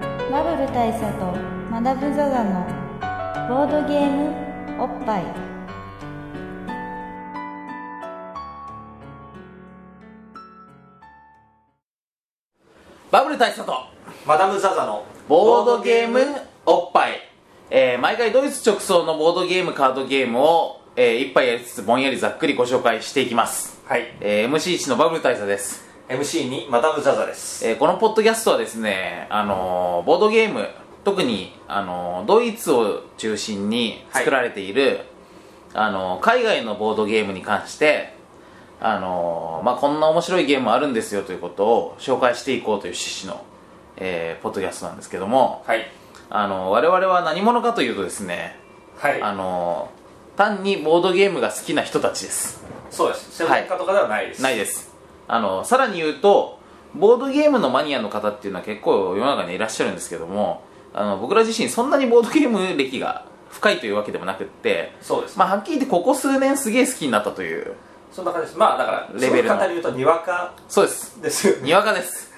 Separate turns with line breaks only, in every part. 部大佐とマダム・ザ・ザのボードゲームおっぱい
バブル大佐と
マダム・ザ・ザの
ボードゲームおっぱい、えー毎回ドイツ直送のボードゲームカードゲームを、えー、一杯やりつつぼんやりざっくりご紹介していきます、
はい
えー MC1 のバブル大佐です、
MC にマダム・ザ・ザです
えーこのポッドキャストはですね、あのーボードゲーム特に、あのードイツを中心に作られている、あのー海外のボードゲームに関してあのーまあ、こんな面白いゲームあるんですよということを紹介していこうという趣旨の、えーポッドキャストなんですけども、
はい
あの我々は何者かというとですね、
はい
あの単にボードゲームが好きな人たちです
そうです専
はい
門家とかではないです、
ないですあのさらに言うとボードゲームのマニアの方っていうのは結構世の中にいらっしゃるんですけどもあの僕ら自身そんなにボードゲーム歴が深いというわけでもなくって
そうです、
まあはっきり言ってここ数年すげえ好きになったという
そんな感じですまあだから
レベルの
その方で言うとにわか
そうです
ですよね
にわかです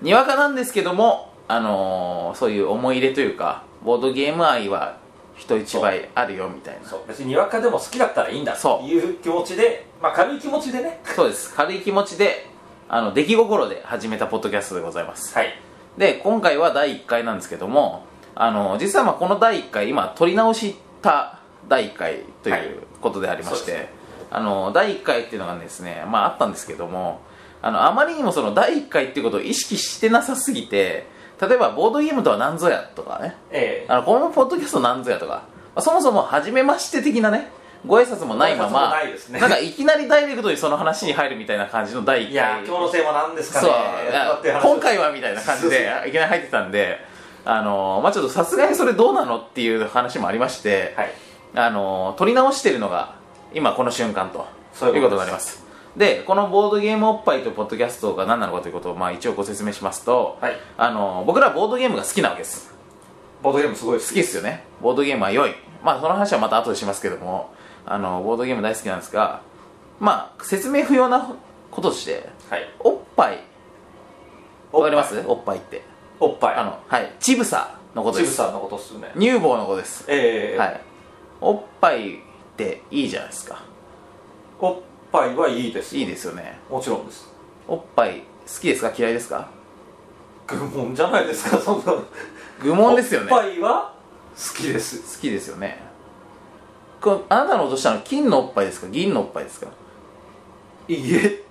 にわかなんですけどもあのそういう思い入れというかボードゲーム愛は人一倍あるよみたいな
そう別ににわかでも好きだったらいいんだ
そう
という気持ちでまあ軽い気持ちでね
そうです軽い気持ちであの出来心で始めたポッドキャストでございます
はい
で今回は第1回なんですけどもあの実はまあこの第1回今撮り直した第1回とい
はいう
ことでありまし
そう
て、
です
あの第1回っていうのがですねまああったんですけどもあのあまりにもその第1回っていうことを意識してなさすぎて例えばボードゲームとは何ぞやとかね
ええ
あのこのポッドキャストなんぞやとか、まあそもそも初めまして的なねご挨拶もないまま
ご挨拶もないですね
んかいきなりダイレクトにその話に入るみたいな感じの第1回
いや今日のテーマなんですかね
そう
とかっていう話を
今回はみたいな感じで
そう
いきなり入ってたんであのーまあちょっとさすがにそれどうなのっていう話もありまして、
はい
あのー撮り直してるのが今この瞬間と
そう
い
いうう
こ
こ
に
ととです
なりますでこのボードゲームおっぱいとポッドキャストが何なのかということをまあ一応ご説明しますと、
はい
あのー僕らボードゲームが好きなわけです
ボードゲームすごい好
好
き
きですよねボードゲームは良いまあその話はまた後でしますけどもあのボードゲーム大好きなんですがまあ説明不要なこととして
はい
おっぱいわかります
おっ
おっぱ
ぱい
いって
おっぱい
あのはいちぶさのこと
ち
で
ぶ
す
さんのことっすよね
乳房のことです
ええ
はいおっぱいっていいじゃないですか
おっぱいはいいです
いいですよね
もちろんです
おっぱい好きですか嫌いですか
愚問じゃないですかそんな
愚問ですよね
おっ
好
ぱいは好きです
きですよねこれあなたの落としたのは金のおっぱいですか銀のおっぱいですか
いいえ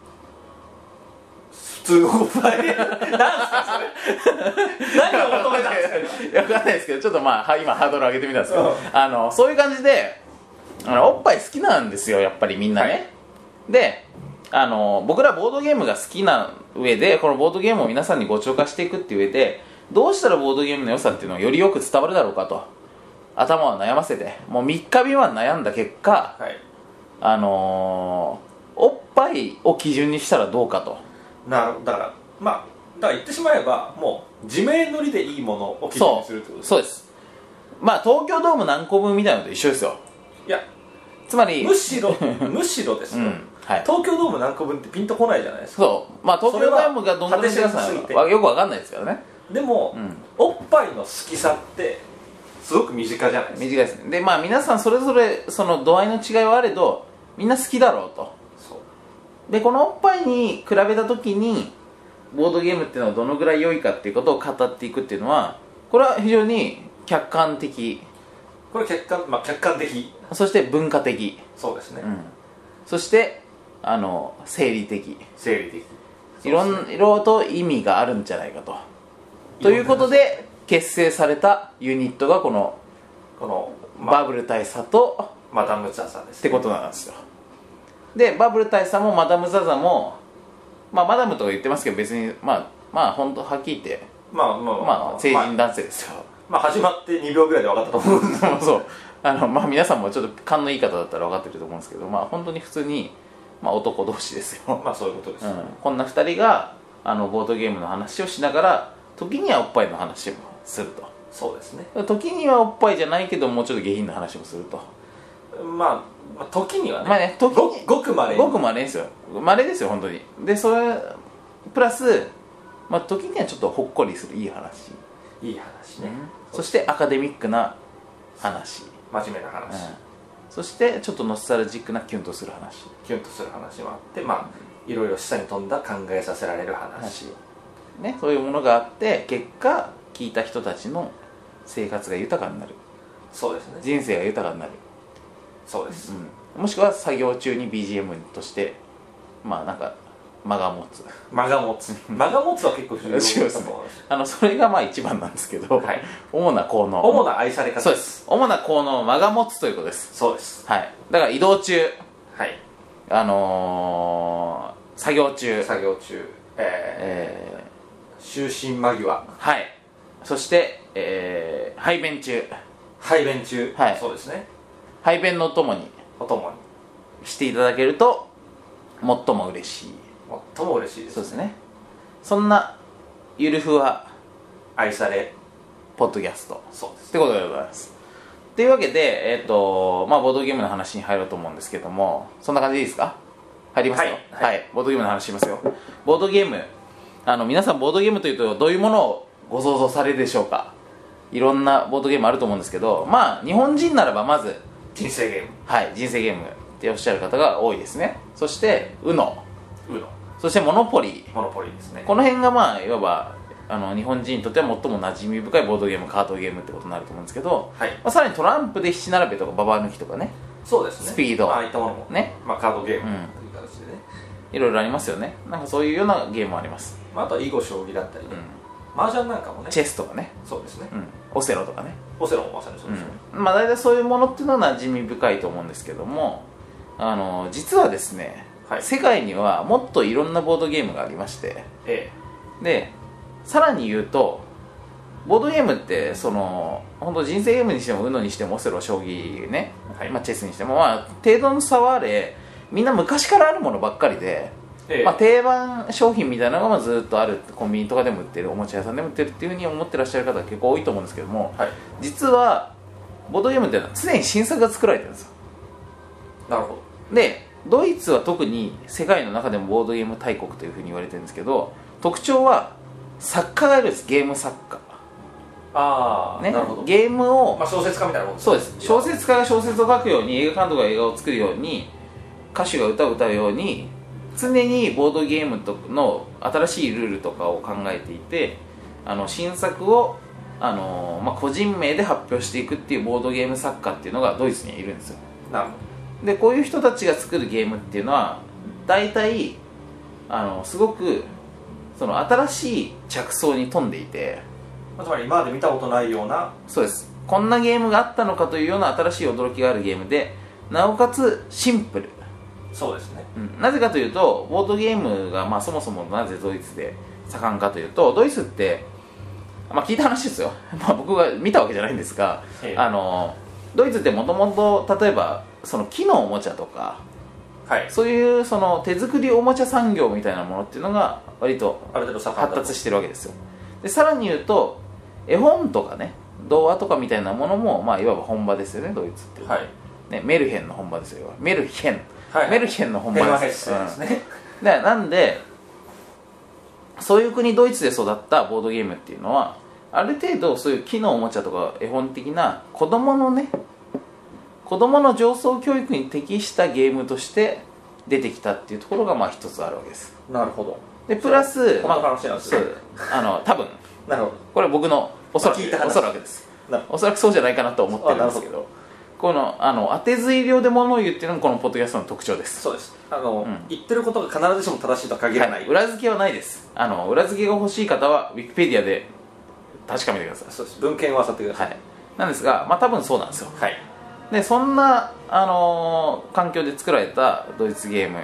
普通のおっ ぱい何すかそれ何を求めたんですか
いやわかんないですけどちょっとまあは今ハードル上げてみたんですけど、
う
あのそういう感じであのおっぱい好きなんですよやっぱりみんなね、
はい
であの僕らボードゲームが好きな上でこのボードゲームを皆さんにご紹介していくっていう上でどうしたらボードゲームの良さっていうのをよりよく伝わるだろうかと頭を悩ませてもう3日3晩悩んだ結果
はい
あのーおっぱいを基準にしたらどうかと
なだからまあだから言ってしまえばもう自明乗りでいいものを基準に
そ
するってこと
う
です
そうですまあ東京ドーム何個分みたいなのと一緒ですよ
いや
つまり
む しろむしろです
う
よ、
んはい、
東京ドーム何個分ってピンとこないじゃないですか
そうまあ東京ドームがどんどん
それ
皆さ
は
ん
果てしなく過ぎて
わよくわかんないですからね
でも、
うん
おっぱいの好きさってすごく身近じゃないです
短
か
いですねでまあ皆さんそれぞれその度合いの違いはあれどみんな好きだろうと
そう
でこのおっぱいに比べた時にボードゲームっていうのはどのぐらい良いかっていうことを語っていくっていうのはこれは非常に客観的
これ客観まあ客観的
そして文化的、
そうですね、
うん、そしてあの生理的
生理的
いろ
そうですね
んいろと意味があるんじゃないかとということで結成されたユニットがこの
この、ま
バブル大佐と
マダム・ザ・さんです
ってことなんですよでバブル大佐もマダム・ザ・ザもまあマダムとか言ってますけど別にまあまあ本当はっきり言って
まあまあ
まあ成人男性ですよ、
まあ始まって2秒ぐらいで分かったと 思うんです
そうあのまあ皆さんもちょっと勘のいい方だったら分かってると思うんですけどまあ本当に普通に、まあ、男同士ですよ、
まあそういうことです、
うん、こんな2人があのボードゲームの話をしながら時にはおっぱいの話もする
そうですね
と時にはおっぱいじゃないけどもうちょっと下品な話もすると
まあ、まあ、時にはね,、
まあね時に
ごごくまれに
ごくまれですよまれですよ本当にでそれプラスまあ時にはちょっとほっこりするいい話
いい話ね、
そしてアカデミックな話、
真面目な
うん
話、
そしてちょっとノスタルジックなキュンとする話
キュンとする話もあってまあいろいろ下に飛んだ考えさせられる話、
話、ね、そういうものがあって結果聞いた人たちの生活が豊かになる
そうですね
人生が豊かになる、
そうです、
うん、もしくは作業中に BGM としてまあなんか間が持つ
間が持つ間が持つは結構重要
重要で
だ
す
と
ね
思います
あのそれがまあ一番なんですけど、
はい
主な効能
主な愛され方
そうです主な効能を間が持つということです
そうです
はいだから移動中
はい
あのー、作業中
作業中え
え
ー就寝間際
ー、はいそしてえー、排便中
排便中、
はい
そうですね
排便のともに
お供に
していただけると最も嬉しい
最も嬉しいです
そうですねそんなゆるふわ
愛され
ポッドキャスト
そうで
っ
す
てことでございますというわけでえっ、とまあボードゲームの話に入ろうと思うんですけどもそんな感じでいいですか入りますよ
はい
はい、ボードゲームの話しますよボードゲームあの皆さんボードゲームというとどういうものをご想像されるでしょうかいろんなボードゲームあると思うんですけどまあ日本人ならばまず
人生ゲ
はい人生ゲームっておっしゃる方が多いですねそして UNO
ーム UNO
そしてモノポリー
モノポリーですね
この辺がまあいわばあの日本人にとっては最も馴染み深いボードゲームカードゲームってことになると思うんですけど、
はい
まあ、さらにトランプで七並べとかババ抜きとかね
そうですね
スピード
まあああいったものも
ね
まあカードゲーム
うん
という形でね、
いろいろありますよねなんかそういうようなゲームもあります、
まあ、あとは囲碁将棋だったりね、
うん、
麻雀なんかもね
チェスとかね、
そうですね、
うん、オセロとかね、
オセロもまさにそうですね、
うん、まあ大体そういうものっていうのは馴染み深いと思うんですけどもあの実はですね、
はい
世界にはもっといろんなボードゲームがありまして
え
でさらに言うとボードゲームってその本当人生ゲームにしても UNO にしてもオセロ将棋ね、
はい
まあ、チェスにしても、まあ、程度の差はあれみんな昔からあるものばっかりで、
えええ
まあ、定番商品みたいなのがまあずっとあるコンビニとかでも売ってるおもちゃ屋さんでも売ってるっていうふうに思ってらっしゃる方が結構多いと思うんですけども
はい
実はボードゲームっていうのは常に新作が作られてるんですよ
なるほど
でドイツは特に世界の中でもボードゲーム大国というふうに言われてるんですけど特徴は作家がいるんですゲーム作
あ
家、
あ、
ね
なるほど、
ゲームを、
まあ、小説家みたいなもん
そうです小説家が小説を書くように映画監督が映画を作るように歌手が歌を歌うように常にボードゲームとの新しいルールとかを考えていてあの新作をあの、まあ、個人名で発表していくっていうボードゲーム作家っていうのがドイツにはいるんですよ
なるほ
でこういう人たちが作るゲームっていうのは大体あのすごくその新しい着想に富んでいて
どまあつまり今まで見たことないような
そうですこんなゲームがあったのかというような新しい驚きがあるゲームでなおかつシンプル、
そうですね
うん、なぜかというとボードゲームが、まあ、そもそもなぜドイツで盛んかというとドイツって、まあ、聞いた話ですよ、 まあ、僕が見たわけじゃないんですが
ええ
あのドイツってもともと例えばその木のおもちゃとか
はい
そういうその手作りおもちゃ産業みたいなものっていうのが割と
ある程度盛んだ
発達してるわけですよでさらに言うと絵本とかね童話とかみたいなものも、まあ、いわば本場ですよねドイツって、
はい
ね、メルヘンの本場ですよメルヘン、
はい
メルヘンの本
電
場
話
で
ですすですね、
うんでなんでそういう国ドイツで育ったボードゲームっていうのはある程度そういう木のおもちゃとか絵本的な子供のね子供の上層教育に適したゲームとして出てきたっていうところがまあ一つあるわけです
なるほど
でプラス
本当
ま
の
あ
話なんです
そ
ね
うあの多分
なるほ
これ僕のおそらく、
まあ聞いた話
おそらくです
どなる
おそらくそうじゃないかなと思ってるんですけどこのあの当てず入量で物を言ってるのがこのポッドキャストの特徴です
そうですあの、
うん
言ってることが必ずしも正しいとは限らない、
はい、裏付けはないですあの裏付けが欲しい方はウィキペディアで確かめてくださ
そうです文献を漁ってくだ
い、は
さい
い、なんですがまあ多分そうなんですよ
はい、
でそんな、あのー環境で作られたドイツゲーム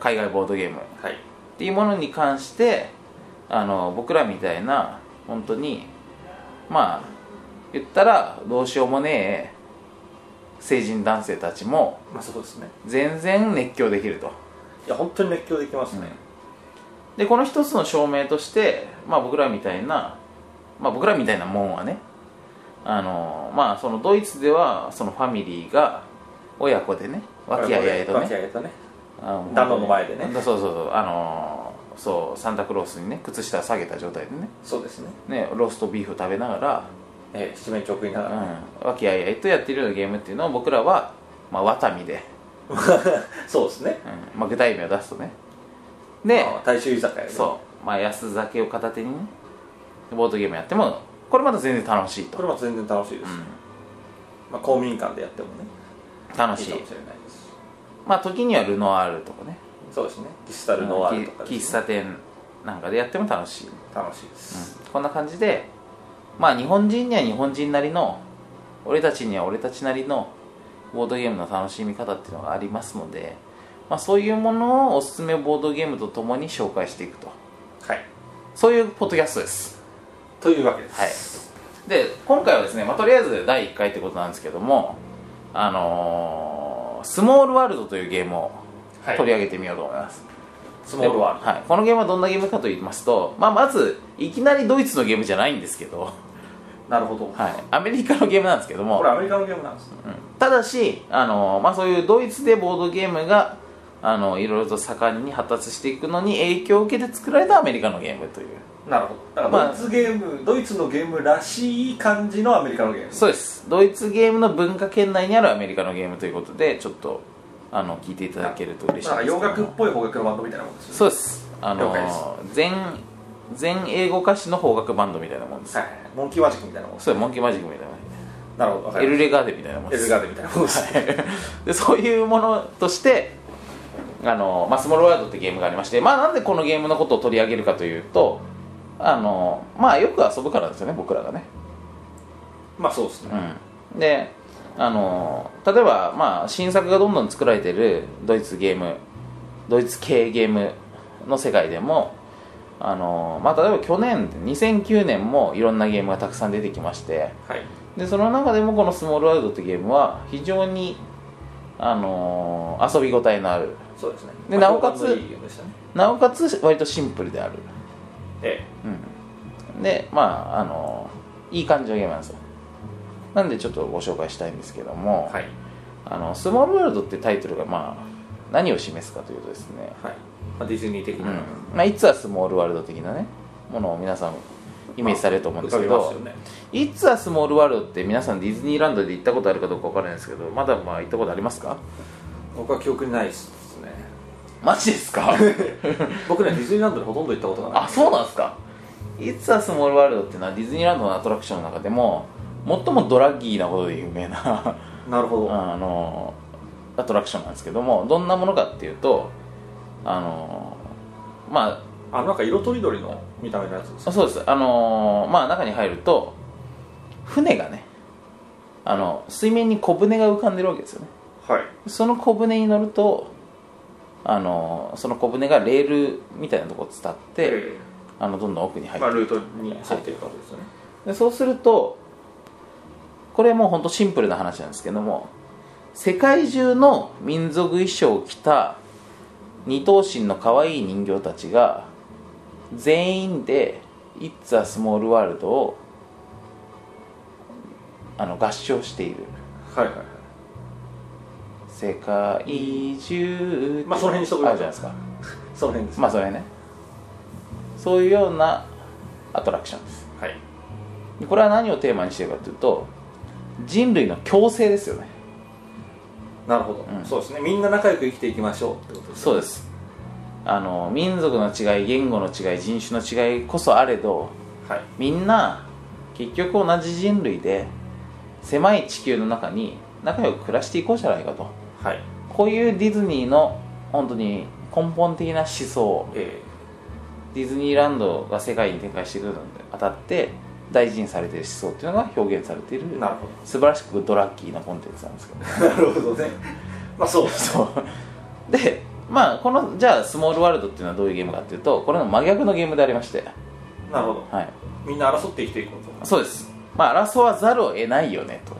海外ボードゲームっ
はい
ていうものに関して、あの僕らみたいな本当にまあ言ったらどうしようもねえ成人男性たちも
まあそうですね
全然熱狂できると
いや本当に熱狂できますね、
でこの一つの証明として、まあ、僕らみたいな、まあ、僕らみたいなもんはねあのまあそのドイツではそのファミリーが親子でね和気あいあいと
和気
ね
あいあいとね
あの
暖炉の前でね
そうそうそうあのそうサンタクロースにね靴下下げた状態でね
そうですね
ねローストビーフ食べながら
えー、七面鳥食いながら、
うん、和気あいあいとやってるようなゲームっていうのを僕らは、まあ、ワタミで、
そうですね
うんまあ、具体名を出すとねで、
まあ大衆居酒屋ね
そう、まあ、安酒を片手にねボードゲームやってもこれまた全然楽しい、
ことれも全然楽しいです、
うん、
まあ、公民館でやってもね
楽
いい
しい
かもしれないです
まあ時にはルノワールとかね
そうですねディスタルノワールとか
うん
で
き
す、ね、
喫茶店なんかでやっても楽しい、うん
楽しいです、
こんな感じでまあ日本人には日本人なりの俺たちには俺たちなりのボードゲームの楽しみ方っていうのがありますので、まあ、そういうものをおすすめボードゲームとともに紹介していくと
はい
そういうポッドキャストです
というわけです、
はい、で今回はですね、まあ、とりあえず第1回ってことなんですけどもあのースモールワールドというゲームを
はい
取り上げてみようと思います、
スモールワールド
はい、このゲームはどんなゲームかと言いますと、まあ、まずいきなりドイツのゲームじゃないんですけど、
なるほど、
はい、アメリカのゲームなんですけども
これアメリカのゲームなんですね、
ただし、あのーまあ、そういうドイツでボードゲームがあのいろいろと盛んに発達していくのに影響を受けて作られたアメリカのゲームという
なるほどだから
まあ
ドイツゲーム、ドイツのゲームらしい感じのアメリカのゲーム
そうですドイツゲームの文化圏内にあるアメリカのゲームということでちょっとあの聞いていただけると嬉しい
なんか洋楽っ
い
ぽい邦楽のバンドみたいなもんですよね
そうですあの
了解で
全全英語歌詞の邦楽バンドみたいなもんです、
はいはいはいモンキーマジックみたいなもんです
そうモンキーマジックみたい
なるほどわか
なエ
り
ル
まし
レガーデンみたいなもん
たエ
です
ルガーデンみたいなもんですね
でそういうものとしてあの、まあ、スモールワールドってゲームがありまして、まあ、なんでこのゲームのことを取り上げるかというとあのまあよく遊ぶからですよね僕らがね
まあそうですね、
うん、であの例えば、まあ、新作がどんどん作られてるドイツゲームドイツ系ゲームの世界でもあの、まあ、例えば去年2009年もいろんなゲームがたくさん出てきまして
はい
でその中でもこの「スモールワールド」ってゲームは非常にあの遊び応えのある
そうですね
で
まあ
なおかつ
評判のいいゲームでしたね
なおかつ割とシンプルである、
え
うん、でまああのいい感じのゲームなんですよなんでちょっとご紹介したいんですけど
え
も、
はい
あのスモールワールドってタイトルがまあ何を示すかというとですね、
はい、まあ、ディズニー的な、
まあ、いつはスモールワールド的なねものを皆さんイメージされると思うんですけ
まあ浮
ど
かびますよね
「いつはスモールワールド」って皆さんディズニーランドで行ったことあるかどうか分からないですけどまだまあ行ったことありますか
僕は記憶にないですね
マジです か
僕ねディズニーランドにほとんど行ったことがない
あそうなんですか「いつはスモールワールド」っていうのはディズニーランドのアトラクションの中でも最もドラッギーなことで有名 な
なるほど、
あのアトラクションなんですけどもどんなものかっていうとあのま
あなんか色とりどりの見た目のやつです
あそうですあのまあ中に入ると船がねあの水面に小舟が浮かんでるわけですよね
はい
その小舟に乗るとあのその小舟がレールみたいなとこを伝って、
え
あのどんどん奥に
え
入
まあ、
って、
ルートに沿っていくわけですよね、
でそうするとこれもうほんとシンプルな話なんですけども世界中の民族衣装を着た二頭身の可愛い人形たちが全員で「It's a Small World を」あの合唱している
はいはいはい
世界中
まあその辺にしとく
あるじゃないですか
その辺です、
まあそれねそういうようなアトラクションです
はい
でこれは何をテーマにしてるかというと人類の共生ですよね
なるほど、
うん
そうですねみんな仲良く生きていきましょうってことです
そうですあの民族の違い言語の違い人種の違いこそあれど
はい
みんな結局同じ人類で狭い地球の中に仲良く暮らしていこうじゃないかと
はい
こういうディズニーの本当に根本的な思想
え
ディズニーランドが世界に展開していくるのにあたって大事にされている思想っていうのが表現されている
えなるほ
素晴らしくドラッキーなコンテンツなんですけど
ど なるほどねまあそうです
そうでまあこのじゃあスモールワールドっていうのはどういうゲームかっていうとこれの真逆のゲームでありまして
なるほど
はい
みんな争って生きていこうと
そうですまあ争わざるを得ないよねと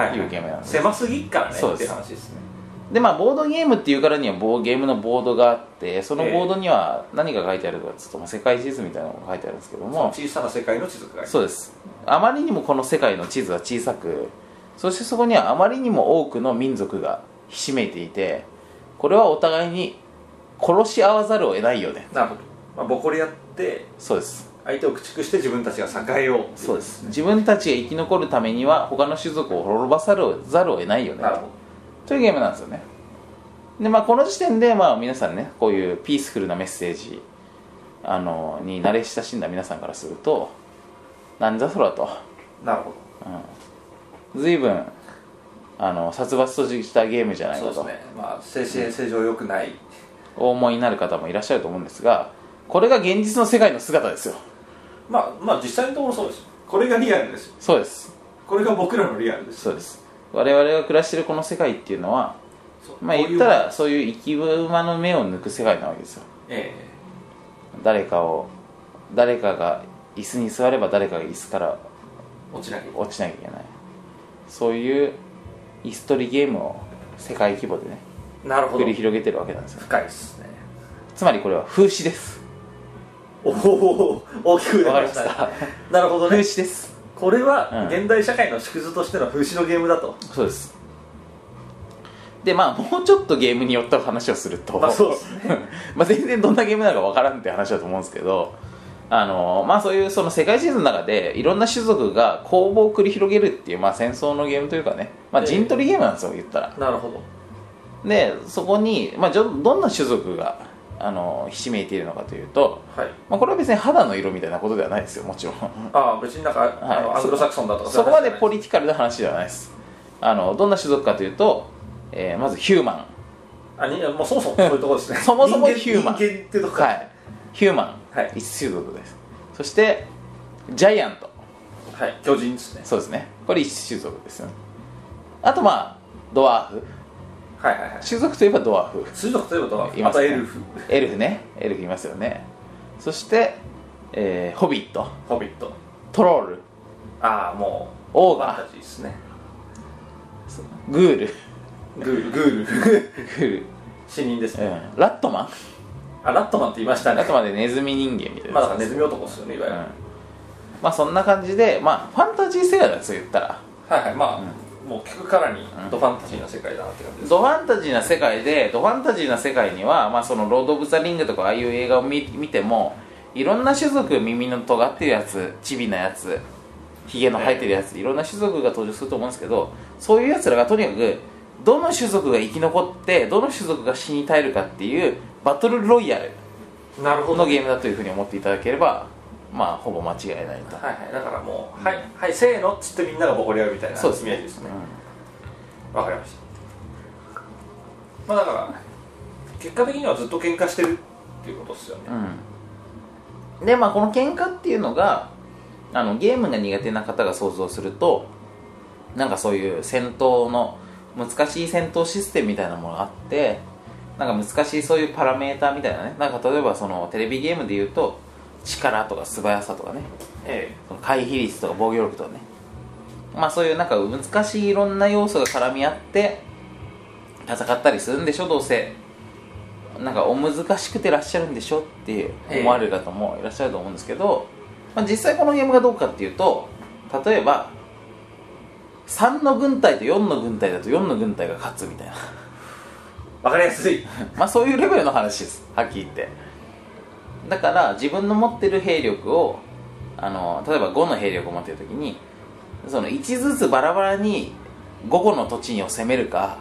は
いうゲームなんです
狭すぎっからね
そう
って
です
いう話ですね
でまあボードゲームっていうからにはボーゲームのボードがあってその
ええ
ボードには何が書いてあるかっていうと、まあ、世界地図みたいなのが書いてあるんですけど
その
も
小さな世界の地図が
そうですあまりにもこの世界の地図は小さくそしてそこにはあまりにも多くの民族がひしめいていてこれはお互いに殺し合わざるを得ないよね
なるほどまあ、ボコり合って
そうです
相手を駆逐して自分たちが栄えようってい
そうです自分たちが生き残るためには他の種族を滅ばさるざるを得ないよね
なるほど
というゲームなんですよねでまあこの時点でまあ皆さんねこういうピースフルなメッセージあのに慣れ親しんだ皆さんからするとなんじゃそらと
なるほ
随分あの殺伐としたゲームじゃないか
ど
と
そうですねまあ精神衛生上良くない、
お思いになる方もいらっしゃると思うんですがこれが現実の世界の姿ですよ
まあまあ実際のところそうですよこれがリアルですよ
そうです
これが僕らのリアルです
そうです我々が暮らしてるこの世界っていうのは
そう
まあ
こうい
言
う
ったらそういう生き馬の目を抜く世界なわけですよ
え
誰かを誰かが椅子に座れば誰かが椅子から
え落ちなきゃいけない
落ちなきゃいけないそういう椅子取りゲームを世界規模でね
なるほ
繰
ど
り広げてるわけなんですよ
深いですね
つまりこれは風刺です
おお大きく出
わか
ま
りま
し
した
ね
た
なるほど
風
ね
刺です
これは
うん
現代社会の縮図としての風刺のゲームだと、
そうですでまあもうちょっとゲームによった話をすると、
まあそうですね
まあ全然どんなゲームなのかわからんって話だと思うんですけどあのまあそういうその世界地図の中でいろんな種族が攻防を繰り広げるっていう、まあ、戦争のゲームというかね、まあ、
ええ
陣取りゲームなんですよ言ったら
なるほど
でそこに、まあ、じょどんな種族があのひしめいているのかというと、
はい
まあ、これは別に肌の色みたいなことではないですよもちろん
ああ別になんか、あの
はい
アングロサクソンだとか
そこまでポ
リ
リティカルな話ではないですあのどんな種族かというと、えーまずヒューマン
あにもうそもそもそういうところです ね
そもそもヒューマン
人間人間っていうとこか
はいヒューマン、
はい
一種族ですそしてジャイアント
はい巨人ですね
そうですねこれ一種族ですよねあとまあドワーフ
はいはいはい
種族といえばドワーフ
水族といえばどう
い
ま
ます
た
ね
エルフ
エルフねエルフいますよねそして、えーホビット
ホビット
トロール
ああもう
オー
ファン
ガ
タジーですね
グール
グールグール
グール、
死人です
う
ね、
ん、ラットマン
あラットマンって言いましたね
ラットマンでネズミ人間みたいな
まあだからネズミ男ですよねいわ
う
ゆ
ん
る、
まあそんな感じでまあファンタジー世界なんですよ言ったら
はいはいまあ、もう聞くからにドファンタジーの世界だなって感じです、
ドファンタジーな世界でドファンタジーな世界にはまあその「ロード・オブ・ザ・リング」とかああいう映画を見見てもいろんな種族耳の尖ってるやつチビなやつヒゲの生えてるやついろんな種族が登場すると思うんですけどそういうやつらがとにかくどの種族が生き残ってどの種族が死に絶えるかっていうバトルロイヤル
なるほ
このゲームだというふうに思っていただければまあほぼ間違いないと、
はいはいだからもう、はいはいせーのっつってみんながボコり合うみたいな
そうです
イメージですねわ、かりましたまあだから結果的にはずっと喧嘩してるっていうことですよね、
うん、でまあこの喧嘩っていうのがあのゲームが苦手な方が想像するとなんかそういう戦闘の難しい戦闘システムみたいなものがあってなんか難しいそういうパラメーターみたいなねなんか例えばそのテレビゲームで言うと力とか素早さとかね
え
その回避率とか防御力とかねまあそういうなんか難しいいろんな要素が絡み合って戦ったりするんでしょどうせなんかお難しくてらっしゃるんでしょって思われる方もいらっしゃると思うんですけど、まあ、実際このゲームがどうかっていうと例えば3の軍隊と4の軍隊だと4の軍隊が勝つみたいな
えわかりやすい
まあそういうレベルの話ですはっきり言ってだから自分の持ってる兵力をあの例えば5の兵力を持ってる時にその1ずつバラバラに5個の土地を攻めるか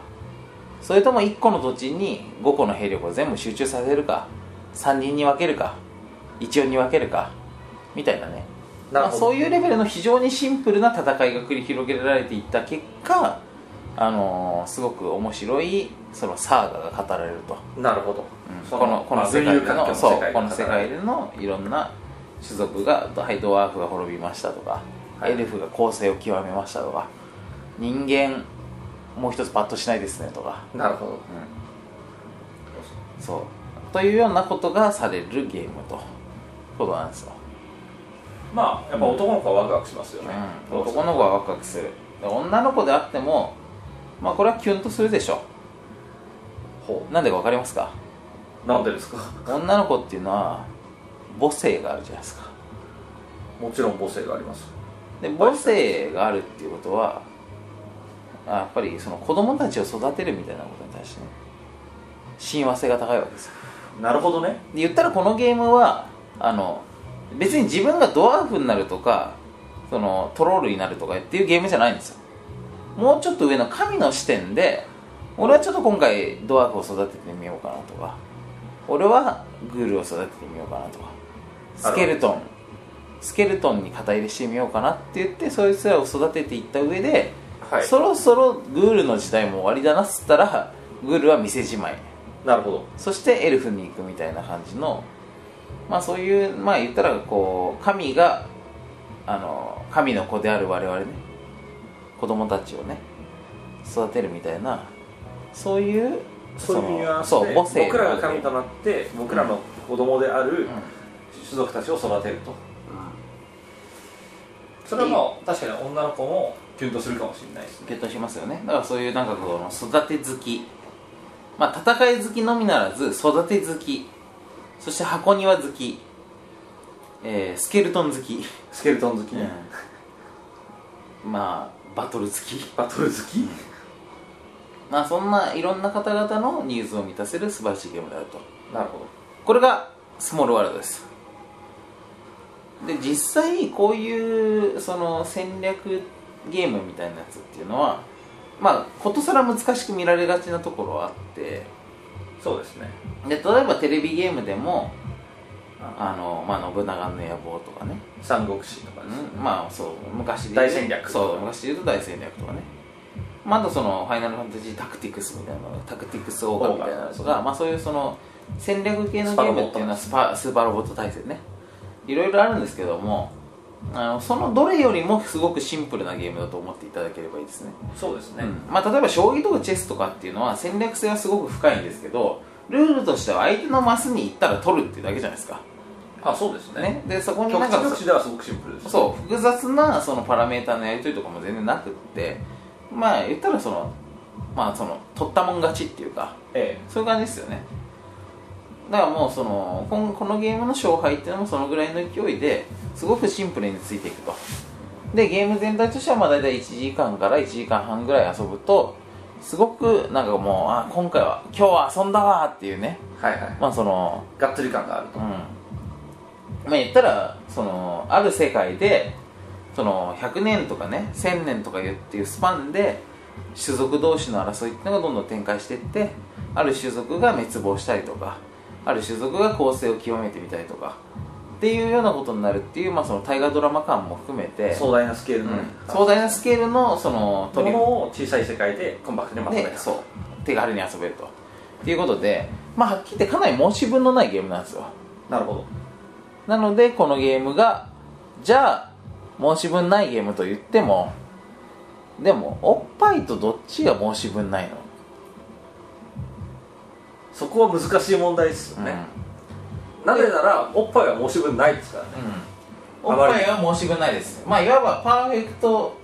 それとも1個の土地に5個の兵力を全部集中させるか3人に分けるか1音に分けるかみたいなね
なる
まあ、
ほど
そういうレベルの非常にシンプルな戦いが繰り広げられていった結果、あのーすごく面白いそのサーガが語られると、
なるほど、
このこの世界でのそうこの世界
で
でのいろんな種族がはいドワーフが滅びましたとか、
はい
エルフが構成を極めましたとか人間もう一つパッとしないですねとか
なるほど
そうというようなことがされるゲームとことなんですよ
まあやっぱ男の子はワクワクしますよね、
うん、男の子はワクワクするで女の子であってもまあこれはキュンとするでしょ
ほ
なんでか分かりますか
うなんでですか
女の子っていうのは母性があるじゃないですか
もちろん母性があります
で母性があるっていうことはあやっぱりその子供たちを育てるみたいなことに対してね親和性が高いわけですよ
なるほどね
で言ったらこのゲームはあの別に自分がドワーフになるとかそのトロールになるとかっていうゲームじゃないんですよもうちょっと上の神の視点で俺はちょっと今回ドワーフを育ててみようかなとか俺はグールを育ててみようかなとかスケルトンスケルトンに肩入れしてみようかなって言ってそいつらを育てていった上で、
はい
そろそろグールの時代も終わりだなっつったらグールは店じまい
なるほど
そしてエルフに行くみたいな感じのまあそういうまあ言ったらこう神があの神の子である我々ね子供たちをね育てるみたいなそういう
そういうニュアンス
その
で
そう母性
僕らが神となって僕らの子供である種族たちを育てると、それはまあ確かに女の子もキュンとするかもしれないですね
ゲットしますよねだからそういうなんかこの育て好きまあ戦い好きのみならず育て好きそして箱庭好き、えースケルトン好き、
スケルトン好き、ね
まあバトル好き
バトル好き、
まあそんないろんな方々のニーズを満たせる素晴らしいゲームであると
なるほど
これがスモールワールドですで実際こういうその戦略ゲームみたいなやつっていうのはまあことさら難しく見られがちなところはあって
そうですね
で例えばテレビゲームでもあの、まあ、信長の野望とかね、
三国志とかですね、
うんまあそう昔で言う
大戦略
そう昔で言うと大戦略とかねまだそのファイナルファンタジータクティクスみたいなのがタクティクスオーガみたいなのとか、まあ、そういうその戦略系のゲームっていうのはスパスーパーロボット対戦ねいろいろあるんですけどもあのそのどれよりもすごくシンプルなゲームだと思っていただければいいですね
そうですね、
うんまあ、例えば将棋とかチェスとかっていうのは戦略性はすごく深いんですけどルールとしては相手のマスに行ったら取るっていうだけじゃないですか、
あそうですね
ね、でそこに
局
なん
地
か
局地ではすごくシンプルですね
そう複雑なそのパラメータのやり取りとかも全然なくってまあ言ったらそのまあその取ったもん勝ちっていうか
え
そういう感じですよねだからもうそのこんこのゲームの勝敗っていうのもそのぐらいの勢いですごくシンプルについていくとでゲーム全体としてはまあ大体1時間から1時間半ぐらい遊ぶとすごくなんかもうあ今回は今日は遊んだわーっていうね
えはいはい
まあその
がっつり感があると
うん、まあ言ったらそのある世界でその100年とかね1000年とかいうっていうスパンで種族同士の争いっていうのがどんどん展開していってある種族が滅亡したりとかある種族が構成を極めてみたりとかっていうようなことになるっていう、まあ、その大河ドラマ感も含めて
壮大なスケール
うん
の、
壮大なスケールのその
も
取り
のを小さい世界でコンパクトにまとめた
でそう手軽に遊べるとっていうことで、まあ、はっきり言ってかなり申し分のないゲームなんですよ
なるほど
なのでこのゲームがじゃあ申し分ないゲームと言ってもでもおっぱいとどっちが申し分ないの、
そこは難しい問題ですよね、なぜならおっぱいは申し分ないですからね
うん、おっぱいは申し分ないですまあいわばパーフェクト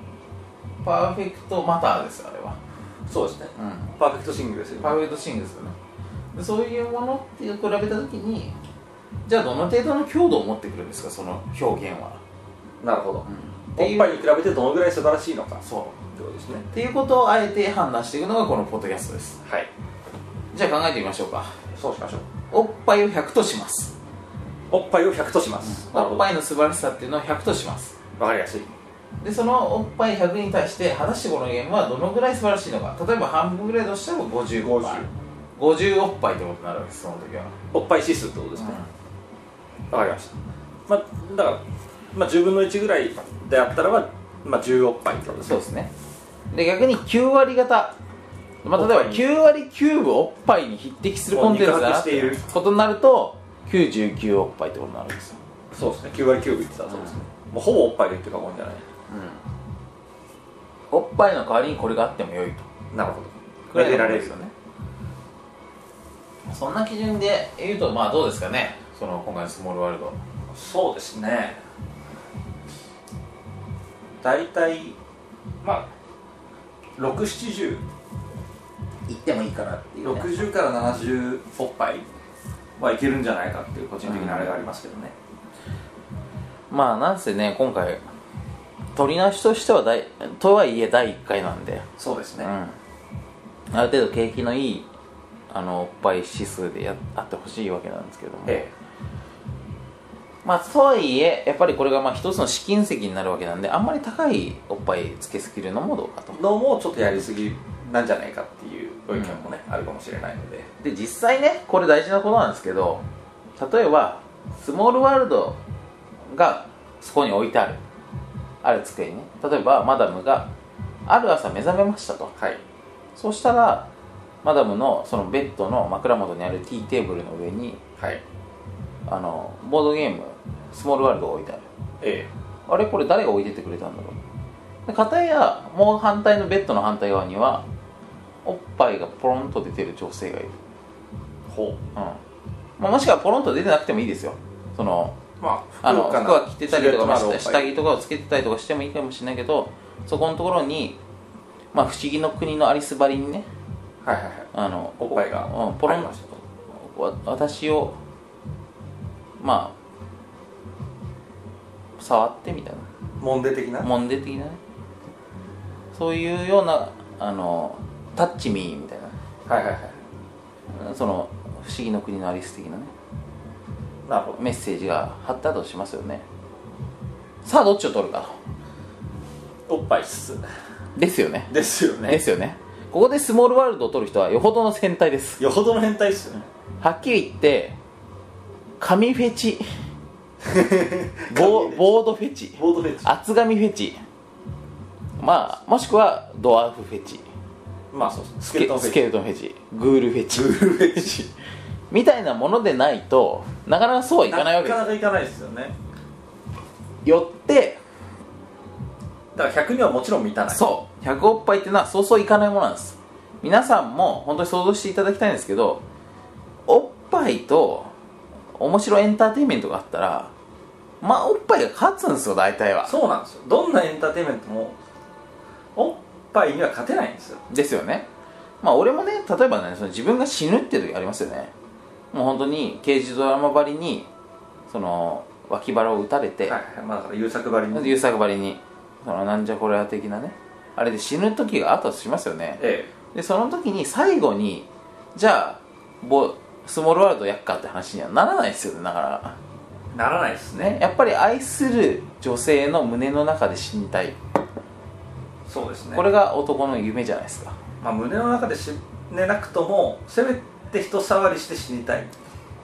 パーフェクトマターですあれは、
そうですね
うん、
パーフェクトシングルですよ
パーフェクトシングルですよねでそういうものって比べた時にじゃあどの程度の強度を持ってくるんですかその表現は、
なるほど、
って
お
い
っ
う
ぱいに比べてどのぐらい素晴らしいのか
そ
ってことですね
うっていうことをあえて判断していくのがこのポッドキャストです
はい
じゃあ考えてみましょうか
そうしましょう
おっぱいを100とします
おっぱいを100とします、なる
お
ほ
っ
どわ
ぱいの素晴らしさっていうのを100とします
かりやすい
でそのおっぱい100に対して果たしてこのゲームはどのぐらい素晴らしいのか例えば半分ぐらいとしても50おっぱい50おっぱいってことになるわけですその時は、
おっぱい指数ってことですねわ、かりましたまあだから、まあ、10分の1ぐらいであったらば、まあ、10おっぱいってことです
そう
ね
ですねで逆に9割型まあ、例えば9割9分おっぱいに匹敵するコンテンツだなっていうことになると99おっぱいってことになるんですよ
そうですね9割9分いってたらそうですね、もうほぼおっぱいで言ってるかもんじゃない
おっぱいの代わりにこれがあっても良いと
なるほど
くらいの
めでられる
こ
よ
と
ね
ですよねそんな基準で言うとまあどうですかねその今回のスモールワールド
そうですね大体まあ67060
行ってもいいかなっていう、ね、
から70おっぱいはいけるんじゃないかっていう個人的なあれがありますけどね、
まあなんせね今回取り直しとしては第とはいえ第1回なんで、
そうですね、
うんある程度景気のいいあのおっぱい指数でやあってほしいわけなんですけども、
え
まあとはいえやっぱりこれがまあ一つの試金石になるわけなんであんまり高いおっぱいつけすぎるのもどうかと
えのもちょっとやりすぎなんじゃないかっていうご意見もね、あるかもしれないので
で実際ねこれ大事なことなんですけど例えばスモールワールドがそこに置いてあるある机にね例えばマダムがある朝目覚めましたと
はい
そうしたらマダムのそのベッドの枕元にあるティーテーブルの上に
はい
あのボードゲームスモールワールドが置いてある
え
あれこれ誰が置いてってくれたんだろうで片やもう反対のベッドの反対側にはおっぱいがポロンと出てる女性がいる
えほ
うんまあ、もしくはポロンと出てなくてもいいですよその
うまあ
あの服は着てたりとか、まあ
シルエットのあるおっぱ
下
い
着とかをつけてたりとかしてもいいかもしれないけどそこのところに、まあ、不思議の国のアリスばりにね
はいはいはい
あの
おっぱいが
うん、ポロ
あ
ン
り
と
ましたと
わ私をまあ触ってみたい
モンデ的な
なもんで的なねそういうようなあのタッチミーみたいな
はいはいはい
うんその不思議の国のアリス的なね
なるほど
メッセージが貼ったとしますよねさあどっちを取るかと
おっぱいっす
ですよね
ですよ
で
ね
すよねここでスモールワールドを取る人はよほどの戦隊です
よほどの変態っすよね
はっきり言って紙フェチボーボードフェチ
ボードフェチ
厚紙フェチまあもしくはドワーフフェチ
まあそうそうス
ス
ケ
ケ
ルトンフェ
ス
チ
ケルトンフェチグールフェチ
ブルーフェチ
みたいなものでないとなかなかそうはいかないわけで
なかなかいかないですよね
すよって
だから100にはもちろん満たない
そう100おっぱいってのはそうそういかないものなんです皆さんも本当に想像していただきたいんですけどおっぱいと面白いエンターテインメントがあったらまあおっぱいが勝つんですよ大体は
そうなんですよどんなエンターテインメントもおっぱいには勝てないんですよ
ですよねまあ俺もね例えばねその自分が死ぬっていう時ありますよねもう本当に刑事ドラマばりにその脇腹を打たれて、
はいはいまあだから優作ばりに
優作ばりにそのなんじゃこれは的なねあれで死ぬ時があったとしますよね
え
でその時に最後にじゃあボスモールワールドやっかって話にはならないですよねだか
えならないです
ら
ね
ねやっぱり愛する女性の胸の中で死にたい、
そうですね
これが男の夢じゃないですか
まあ、胸の中で死ねなくともせめて人触りして死にたいっ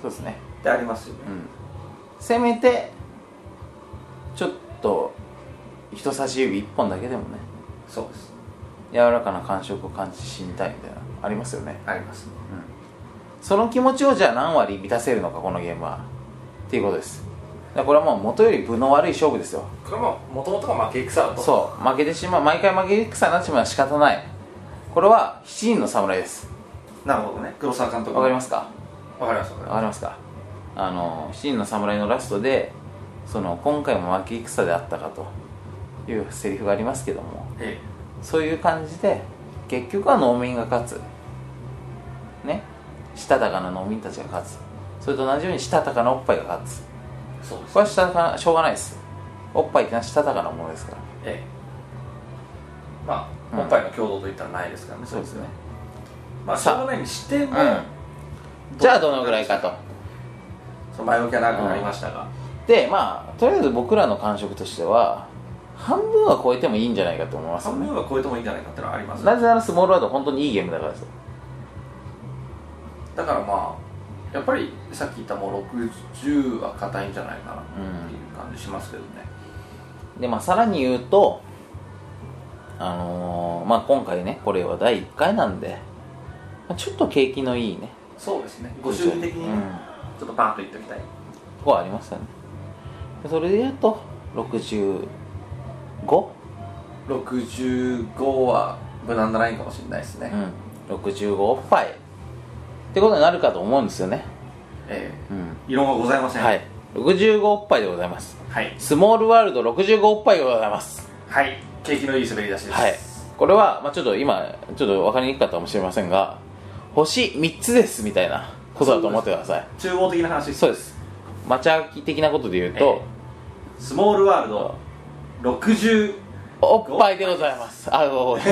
そうですね
てありますよね、
うんせめてちょっと人差し指1本だけでもね
そうです
柔らかな感触を感じて死にたいみたいなありますよね
ありますね
その気持ちをじゃあ何割満たせるのかこのゲームはっていうことですだからこれはもう元より分の悪い勝負ですよ
これももともとが負け戦だう
そう負けてしまう毎回負け戦になってしまうのは仕方ないこれは7人の侍です
なるほどね黒沢監督
わかりますか
わかりますわかり
わかりますかあの7人の侍のラストでその今回も負け戦であったかというセリフがありますけども
ますえ
そういう感じで結局は農民が勝つねしたたかな農民たちが勝つそれと同じようにしたたかなおっぱいが勝つ
えそうです
これはしたたかなしょうがないですおっぱいってのはしたたかなものですから
ええまあ、
うん
おっぱいの共同といったらないですからね
そうですね
まあし
さあ
ょうがないにしても、
うんじゃあどのぐらいかと
その前置きは長くなりましたが、
でまあとりあえず僕らの感触としては半分は超えてもいいんじゃないかと思いますよ
半
ね
分は超えてもいいんじゃないかってのはあります
なぜならスモールワールドは本当にいいゲームだからですよ
だからまあやっぱりさっき言ったもう60は硬いんじゃないかなっていう感じしますけどね、
でまあさらに言うとあのーまあ今回ねこれは第1回なんで、まあちょっと景気のいいね
そうですねご主義的に
うん
ちょっとバーンと言っておきたい、
とこはありましたねでそれで言うと 65?
65は無難なラインかもしれないですね、
うん65おっぱいってことになるかと思うんですよね
え
うん
え異論はございません
はい65おっぱいでございます
はい
スモールワールド65おっぱいでございます
はい景気のいい滑り出しです
はいこれは、まあ、ちょっと今ちょっと分かりにくかったかもしれませんが星3つですみたいなことだと思ってください
中央的な話
そうですマチャアキ的なことで言うと、
スモールワールド65
おっぱいでございますあごごめん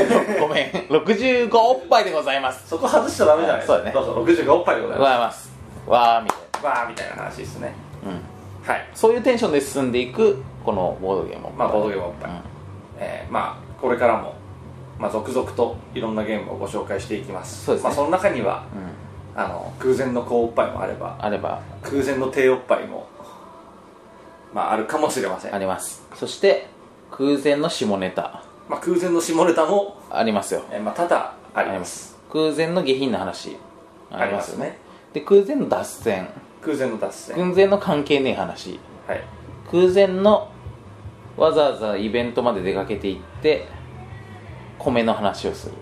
65おっぱいでございます
そこ外しちゃダメじゃないですか
そうだね
どうぞ65おっぱいでござ
ご
い
ざ
ま
いますわーみたい
すわーみたいな話ですね
な、うん、
はい
そういうテンションで進んでいくこのボードゲーム
まあボードゲ
ー
ームおっぱい、えーまあこれからも、まあ、続々といろんなゲームをご紹介していきます
そうですね
まあ、その中には
ム、うん、
あの空前の高おっぱいもあれば
あれば
空前の低おっぱいもまああるかもしれません
ありますそして空前の下ネタ
まあ、空前の下ネタも、
ありますよ
えーまあ、ただあります
空前の下品な話ありますよね
あり
で空前の脱線
空前の脱線
空前の関係ねえ話
はい
空前のわざわざイベントまで出かけて行って米の話をする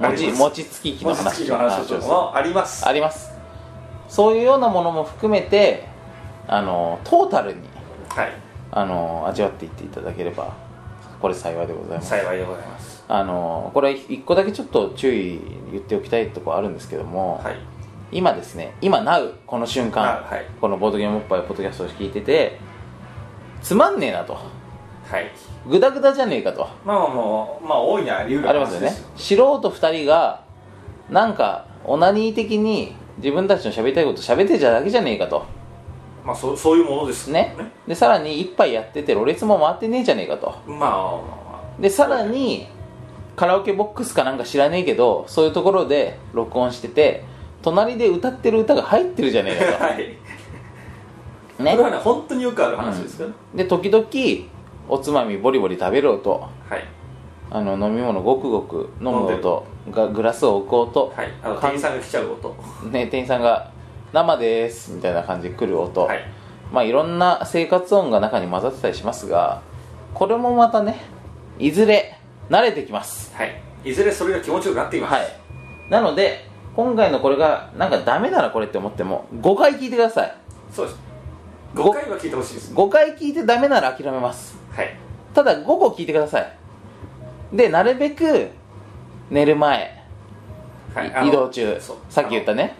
あ
餅
ります
餅つき機の
餅つ
話
きの話をするのもあります
ありますそういうようなものも含めてあのトータルに
はい
あの味わっていっていただければこれ幸いでございます
幸いでございます
あのこれ一個だけちょっと注意言っておきたいところあるんですけども、
はい
今ですね今 NOW この瞬間、
はい
このボードゲームおっぱいポッドキャストを聞いててつまんねえなと
はい
グダグダじゃねえかと
まあまあもうまあ大いにあり得る
ありますよね素人2人がなんかオナニー的に自分たちの喋りたいこと喋ってただけじゃねえかと
まあそそういうものです
ねでさらに一杯やっててろれつも回ってねえじゃねえかと
まあまあま
でさらにカラオケボックスかなんか知らねえけどそういうところで録音してて隣で歌ってる歌が入ってるじゃねえ
あ
か
はい
と
こ
ね
れ はね本当によくある話ですからね
で時々おつまみボリボリ食べる音
はい
あの飲み物ごくごく飲む音がグラスを置く音、
はいあの
かん
店員さんが来ちゃう音
ね、店員さんが「生です」みたいな感じで来る音、
はい
まあいろんな生活音が中に混ざってたりしますがこれもまたねいずれ慣れてきます
はいいずれそれが気持ちよくなっています
はいなので今回のこれがなんかダメだなこれって思っても5回聞いてください
そうです
ご
5回は聞いてほしいです
5回聞いてダメなら諦めます
はい
ただ5個聞いてくださいでなるべく寝る前、
はい
い
あの
移動中
そう
さっき言ったね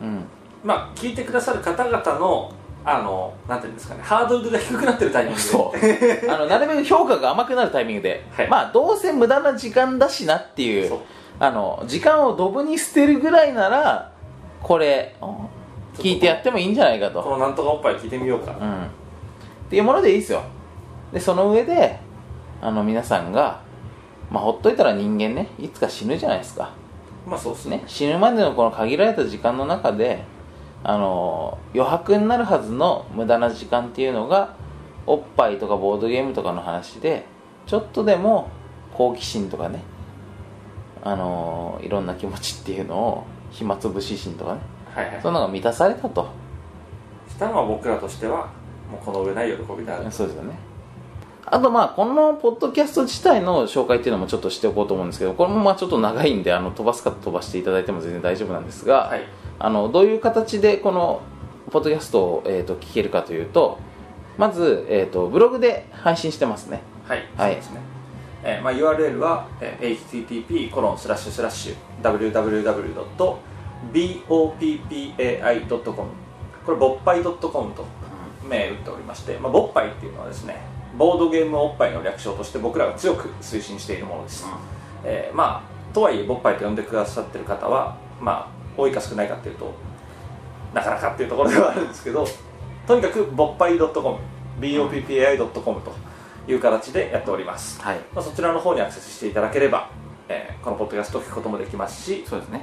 うん
まあ、聞いてくださる方々の、あの、なんていうんですかね、ハードルが低くなってるタイミングで。
そう あのなるべく評価が甘くなるタイミングで、
はい
まあどうせ無駄な時間だしなっていう
そう
あの時間をドブに捨てるぐらいならこれ
と
聞いてやってもいいんじゃないかと
このなんとかおっぱい聞いてみようか。
うん、っていうものでいいですよでその上であの皆さんが、まあ、ほっといたら人間ねいつか死ぬじゃないですか、
まあ、そうですね。
ね、死ぬまでのこの限られた時間の中であの余白になるはずの無駄な時間っていうのがおっぱいとかボードゲームとかの話でちょっとでも好奇心とかねあのいろんな気持ちっていうのを暇つぶし心とかね
はいはい。
そういうのが満たされたと
したのは僕らとしては、もうこの上ない喜びである。
そうですよねあとまあこのポッドキャスト自体の紹介っていうのもちょっとしておこうと思うんですけどこれもまあちょっと長いんであの飛ばす方飛ばしていただいても全然大丈夫なんですが、
はい。
あのどういう形でこのポッドキャストを、えー、と聞けるかというとまず、えー、とブログで配信してますね
はい。
はい
そうですね。えーまあ、URL は、えー、http コロンスラッシュスラッシュ www.boppai.com これ、ぼっぱい .com と銘打っておりまして、まあ、ぼっぱいっていうのはですね、ボードゲームおっぱいの略称として僕らが強く推進しているものです。えーまあとはいえボッパイと呼んでくださってる方はまあ多いか少ないかっていうとなかなかっていうところではあるんですけどとにかくボッパイ .com boppai.com という形でやっております、
はい
まあ、そちらの方にアクセスしていただければ、えーこのポッドキャストを聞くこともできますし
そうですね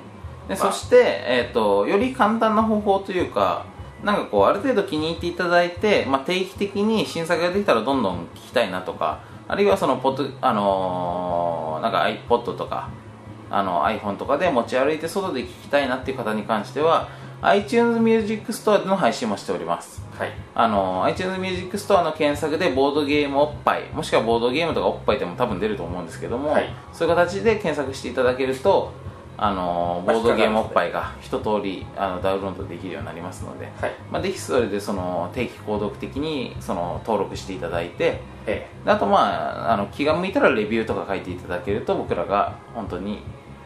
で、
ま
そ
あ
して、えー、とより簡単な方法というかなんかこうある程度気に入っていただいて、まあ、定期的に新作ができたらどんどん聞きたいなとかあるいはそのポッド、あのーなんか iPod とかあの iPhone とかで持ち歩いて外で聞きたいなっていう方に関しては iTunes Music Store での配信もしております
はい
あの iTunes Music Store の検索でボードゲームおっぱいもしくはボードゲームとかおっぱいでも多分出ると思うんですけども、
はい
そういう形で検索していただけるとあの
ま
ボ
あ
ードゲームおっぱいが一通りあのダウンロードできるようになりますので、
はい
まあ、ぜひそれでその定期購読的にその登録していただいて
え
であとまああの気が向いたらレビューとか書いていただけると僕らが本当に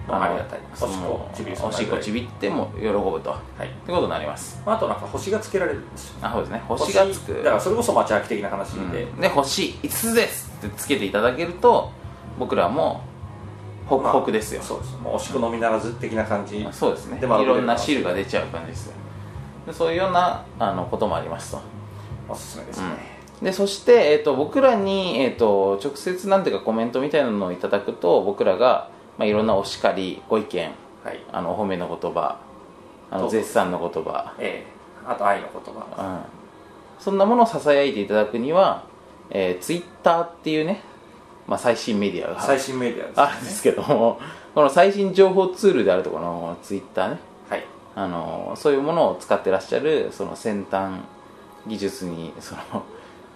ーままあ、ありがたい
の
おしっこちびりそう
お
な
しっ
ぐ
こ
らい
ちびっても喜ぶと
はい
ってことになります
まあ、あとなんか星がつけられるんですよ
あそうですね星がつく
だからそれこそ町秋的な話
うん
で、
で星5つですってつけていただけると僕らもホクホクですよ、
そうですもうおしっこのみならず的な感じ、
あそうですね
で
い
まあ
ろんな汁が出ちゃう感じですよでそういうようなあのこともありますと
おすすめですね、
でそして、えー、と僕らに、えー、と直接なんていうかコメントみたいなのをいただくと僕らが、まあ、いろんなお叱りご意見
はい
あのお褒めの言葉あ
そう
の絶賛の言葉、
ええあと愛の言葉
うん、そんなものをささやいていただくには、えー、ツイッターっていうね、まあ、最新メディアが
最新メディアです
あるんですけどもこの最新情報ツールであるところのツイッターね
はい
あのそういうものを使ってらっしゃるその先端技術にその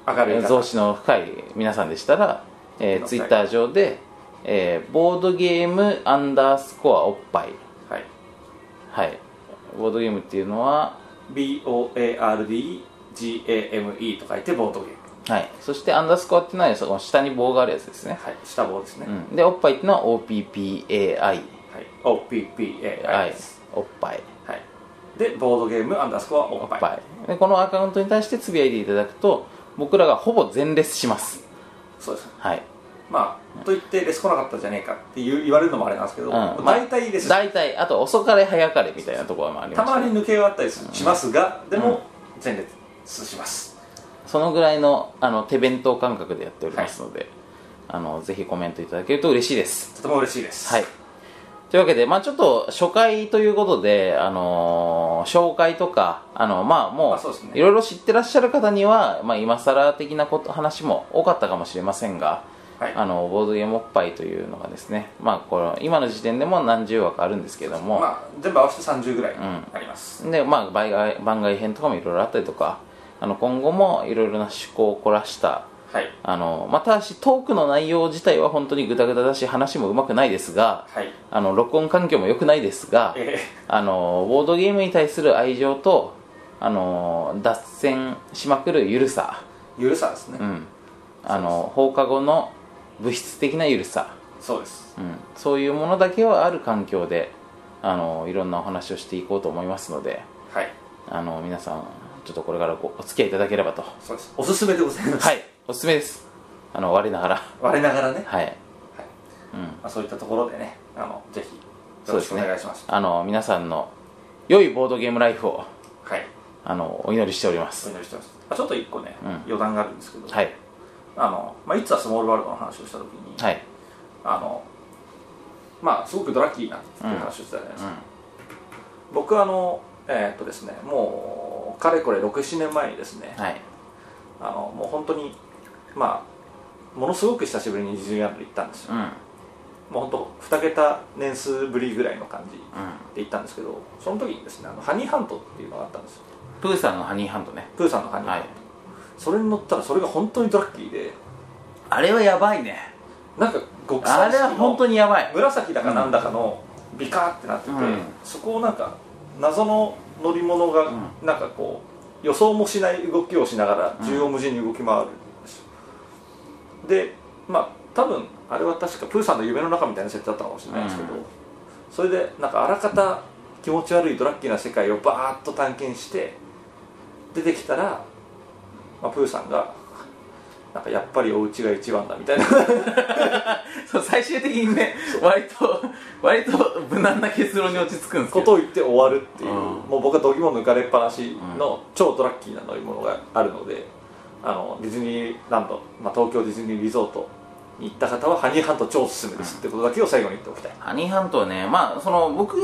明るい
増資の深い皆さんでしたら、えー、ツイッター上で、えーボードゲームアンダースコアおっぱい、
はい
はい、ボードゲームっていうのは、
BOARDGAME と書いてボードゲーム
はい、そしてアンダースコアっていうのはその下に棒があるやつですね、
はい下棒ですね、
うん、でおっぱいっていうのは OPPAI、
はい、OPPAI
はい
です、
おっぱい
はい、でボードゲームアンダースコアおっ
お
ぱ
っ
い
ぱいでこのアカウントに対してつぶやいていただくと僕らがほぼ全レスします
そうです
はい
まあと言ってレス来なかったじゃねえかって言う言われるのもあれなんですけど、
ん
大体レス
大体あと遅かれ早かれみたいなところもありま
た
した
まに抜けはあったりすしますが、でも前列します
そのぐらいのあの手弁当感覚でやっておりますので、あのぜひコメントいただけると嬉しいです。
とても嬉しいです
はい、というわけで、まあ、ちょっと初回ということで、あのー紹介とか、あのまあ、も
あそうですね
ういろいろ知ってらっしゃる方には、まあ、今更的なこと話も多かったかもしれませんが、
はい
あのボードゲームおっぱいというのがですね、まあ、この今の時点でも何十枠あるんですけども。
まあ、全部合わせて30ぐらいあります、
で、まあ、番外番外編とかもいろいろあったりとかあの今後もいろいろな趣向を凝らした
はい
あのまあ、ただしトークの内容自体は本当にグダグダだし話もうまくないですが
はい
あの録音環境も良くないですが
え
あのボードゲームに対する愛情とあの脱線しまくるゆるさ、
ー、ゆるさですね、
うん、あの放課後の物質的なゆるさ、
そうです
うん、そういうものだけはある環境であのいろんなお話をしていこうと思いますので
はい
あの皆さんちょっとこれからごお付き合いいただければと
そうですおすすめでございます、
はいおすすめですあの我ながら
我ながらね、はい
はいうん
まあ、そういったところでねあのぜひよ
そう
ろ
で
し
す
くお
ね
願いします
あの皆さんの良いボードゲームライフを
はい
あのお祈りしておりま
お
す
祈りしてますあちょっと一個ね、
うん
余談があるんですけど、
はい
あのまあ、いつはスモールワールドの話をした時に、
はい
あのまあすごくドラッキーなっていう話をしてたじゃないですか、僕はあのえーっとですねもうかれこれ67年前にですね、
はい
あのもう本当にまあものすごく久しぶりにディズニーランドに行ったんですよ、
うん
もう本当2桁年数ぶりぐらいの感じ
うん
で行ったんですけどその時にですねあのハニーハントっていうのがあったんですよ
プーさんのハニーハンドね
プーさんのハニーハ
は
ン
い
ト、それに乗ったらそれが本当にドラッキーで
あれはやばいね
なんか極
あ
彩
れは
色
本当
の
にやばい
紫だかなんだかのビカーってなってて、
うん
そこをなんか謎の乗り物が
ん
なんかこう予想もしない動きをしながら縦横無尽に動き回るんですよでまあ多分あれは確かプーさんの夢の中みたいな設定だったのかもしれないですけど、
うん
それでなんかあらかた気持ち悪いドラッキーな世界をバーッと探検して出てきたら、まあ、プーさんがなんかやっぱりお家が一番だみたいな
そう最終的にね割と割と無難な結論に落ち着くんです
こ
け
と
ど
を言って終わるっていう、
うん
もう僕は度肝抜かれっぱなしの超ドラッキーな乗り物があるので、あのディズニーランド、まあ、東京ディズニーリゾートに行った方はハニーハント超おすすめですってことだけを最後に言っておきたい、
ハニーハントはねまあその僕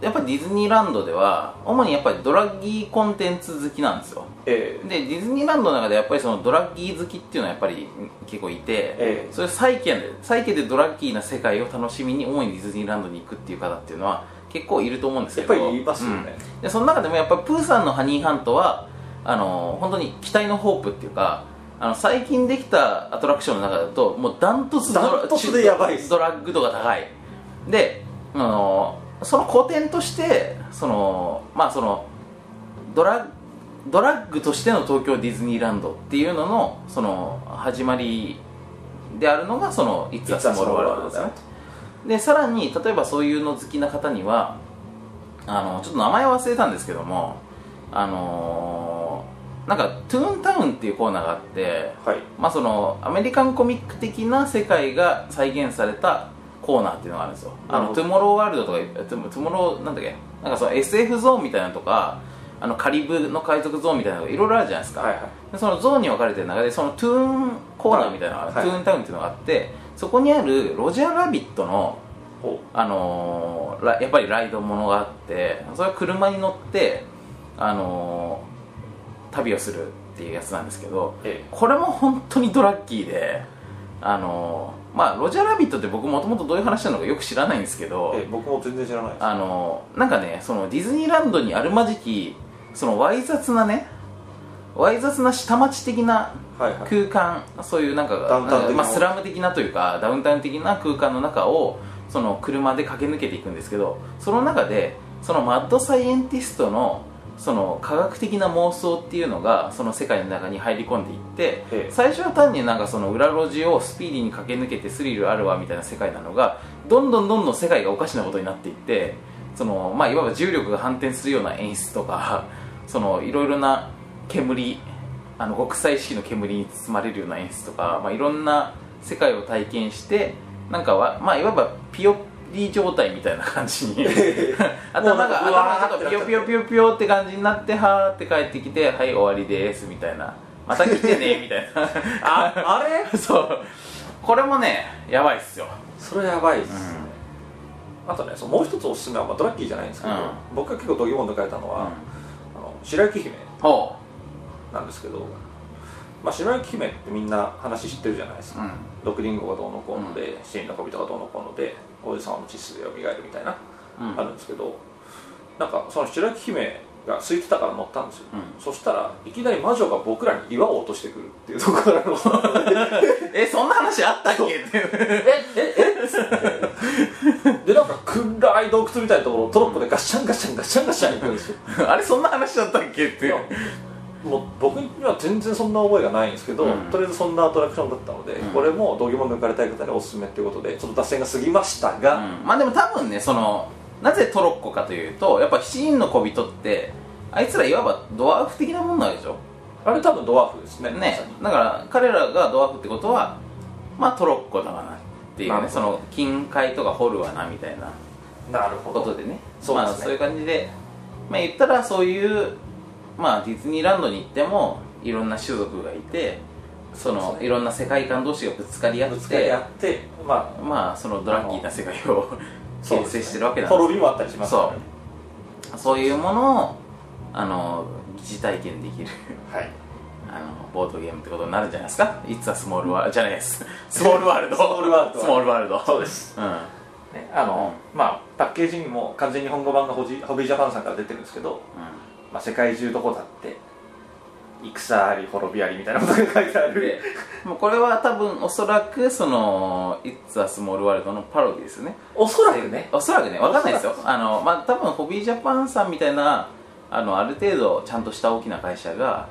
やっぱりディズニーランドでは主にやっぱりドラッギーコンテンツ好きなんですよ
ええ
でディズニーランドの中でやっぱりそのドラッキー好きっていうのはやっぱり結構いて、
ええ
それ債券で債券でドラッキーな世界を楽しみに主にディズニーランドに行くっていう方っていうのは結構いると思うんですけど
やっぱりいますよね
うんでその中でもやっぱプーさんのハニーハントはあの本当に期待のホープっていうかあの最近できたアトラクションの中だともうダントツドラ
ダントツでやばいです
ドラッグ度が高いであのその古典としてそのまあそのドラドラッグとしての東京ディズニーランドっていうののその始まりであるのがその「いつはスモールワールド」ですねでさらに例えばそういうの好きな方にはあのちょっと名前忘れたんですけどもあのーなんか「トゥーンタウン」っていうコーナーがあって、
はい
まあ、そのアメリカンコミック的な世界が再現されたコーナーっていうのがあるんですよ「あ
なる
の
ほ
ト
ど
ゥモローワールド」とかえ「トゥトゥモロー」なんだっけなんかその SF ゾーンみたいなのとかあのカリブの海賊ゾーンみたいなのがいろいろあるじゃないですか、
はいはい
でそのゾーンに分かれてる中でそのトゥーンコーナーみたいなのがある、
はい
トゥーンタウンっていうのがあってそこにあるロジャーラビットの
お
あのーラやっぱりライドものがあってそれは車に乗って、あのー旅をするっていうやつなんですけど
え
これも本当にドラッキーで、あのーまあ、ロジャーラビットって僕もともとどういう話なのかよく知らないんですけど
えええ僕も全然知らないです
あのなんかねそのディズニーランドにあるまじきそのわい雑なねわい雑な下町的な
はいはい
空間、そういうなんか
ダウンタウン的な
まあ、スラム的なというかダウンタウン的な空間の中をその車で駆け抜けていくんですけどその中でそのマッドサイエンティストのその科学的な妄想っていうのがその世界の中に入り込んでいって、
ええ
最初は単になんかその裏路地をスピーディーに駆け抜けてスリルあるわみたいな世界なのがどんどんどんどん世界がおかしなことになっていってその、まあ、いわば重力が反転するような演出とか そのいろいろな煙あの国際意識の煙に包まれるような演出とか、まあ、いろんな世界を体験してなんかわ、まあ、いわばピヨリ状態みたいな感じに頭が
もうなんか
頭がちょっとピヨピヨピヨピヨって感じになってはーって帰ってきてはい終わりですみたいなまた来てねみたいな
ああれ
そうこれもねやばいっすよ
それやばいですね、あとねそのもう一つおすすめは、まあ、ドラッキーじゃないんですけど、
うん
僕が結構度肝を抜かれたの
うん
は、あの白雪姫
ほ
なんですけど、まあ、白雪姫ってみんな話知ってるじゃないです
う
か、
うん
毒リンゴがどうのこうので、シェリンの小人がどうのこうので王子様の血筋が蘇るみたいな、
うん
あるんですけどなんかその白雪姫が空いてたから乗ったんですよ、
う
そしたらいきなり魔女が僕らに岩を落としてくるっていうところからの
えそんな話あったっけっていう
でなんか暗い洞窟みたいなところをトロッコでガッシャンガッシャンガッシャンガッシャン行くんですよ
あれそんな話だったっけって
い
いう
やもう僕には全然そんな覚えがないんですけど、
うん
とりあえずそんなアトラクションだったので、
ん
これも度肝抜かれたい方におすすめということでちょっと脱線が過ぎましたが、
うんまあでも多分ねそのなぜトロッコかというとやっぱ七人の小人ってあいつらいわばドワーフ的なもんなわけでしょ
あれ多分ドワーフですね
ねだから彼らがドワーフってことはまあトロッコだわなっていう
な
ね
るほ
そ
ど
の近海とか掘るわなみたいな
なるほ
こ
ど
とでね
そうですね
まあ、そういう感じでまあ言ったらそういうまあディズニーランドに行ってもいろんな種族がいてそ
そう
の
ですね
いろんな世界観同士がぶつかり合っ
ぶつかり
て
合ってま
まあそのドラッキーな世界を
あそう
形
で
成し
すね
てるわけなんですけど
滅びもあったりしますからね
そういうものをあの疑似体験できる
はい
あのボードゲームってことになるんじゃないですか「いつはスモールワールド」じゃない ですスモールワールド
スモールワ ールド
スモールワールド
そうです、
うん、
ねあのまあパッケージにも完全日本語版がホジホビージャパンさんから出てるんですけど、まあ、世界中どこだって戦あり滅びありみたいなことが書いてあ
うん、で
る
もうこれは多分おそらくその「いつはスモールワールド」のパロディですね
おそらくね
おそらくねわかんないですよあのまあ多分ホビージャパンさんみたいなあのある程度ちゃんとした大きな会社が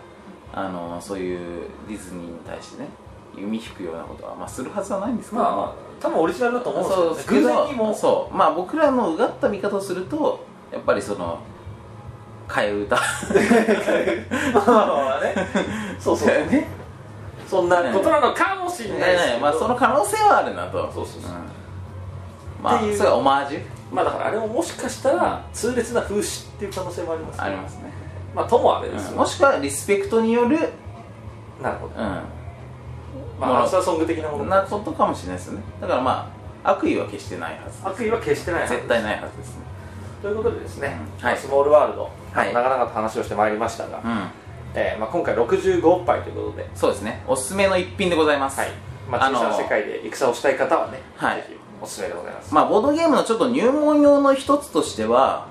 あのそういうディズニーに対してね弓引くようなことは、まあ、するはずはないんですけど、
まあ、まあ、多分オリジナルだと思
そう
うん
う
です
す
け
け
ど、ね、
ど
偶然にも
そうまあ僕らのうがった見方をするとやっぱりその替え歌
まあまあまあね そうそうそう
ね
そんなことなのかもしれないですけど、
まあその可能性はあるなと
そうそうそうん
まあ
っ
そ
ていう
れがオマージュ
まあだからあれももしかしたら痛烈な風刺っていう可能性もあります、ね、
ありますね、
まあともあれ
うん
ですよ、
もしくはリスペクトによる
なるほど
う
ま
まあ
あアンサーソング的なもの
んなことかもしれないですねだからまあ悪意は決してないはず
悪意は決してない
絶対ないはずですね
ということでですね、
うん
まあ
はい
スモールワールド、
はい
長々と話をしてまいりましたが、
うん
えーまあ、今回65杯ということで、
そうですねおすすめの一品でございます、
はいまあ、
あ
小
の
さな世界で戦をしたい方はね、
はい
ぜひおすすめでございます、
まあボードゲームのちょっと入門用の一つとしては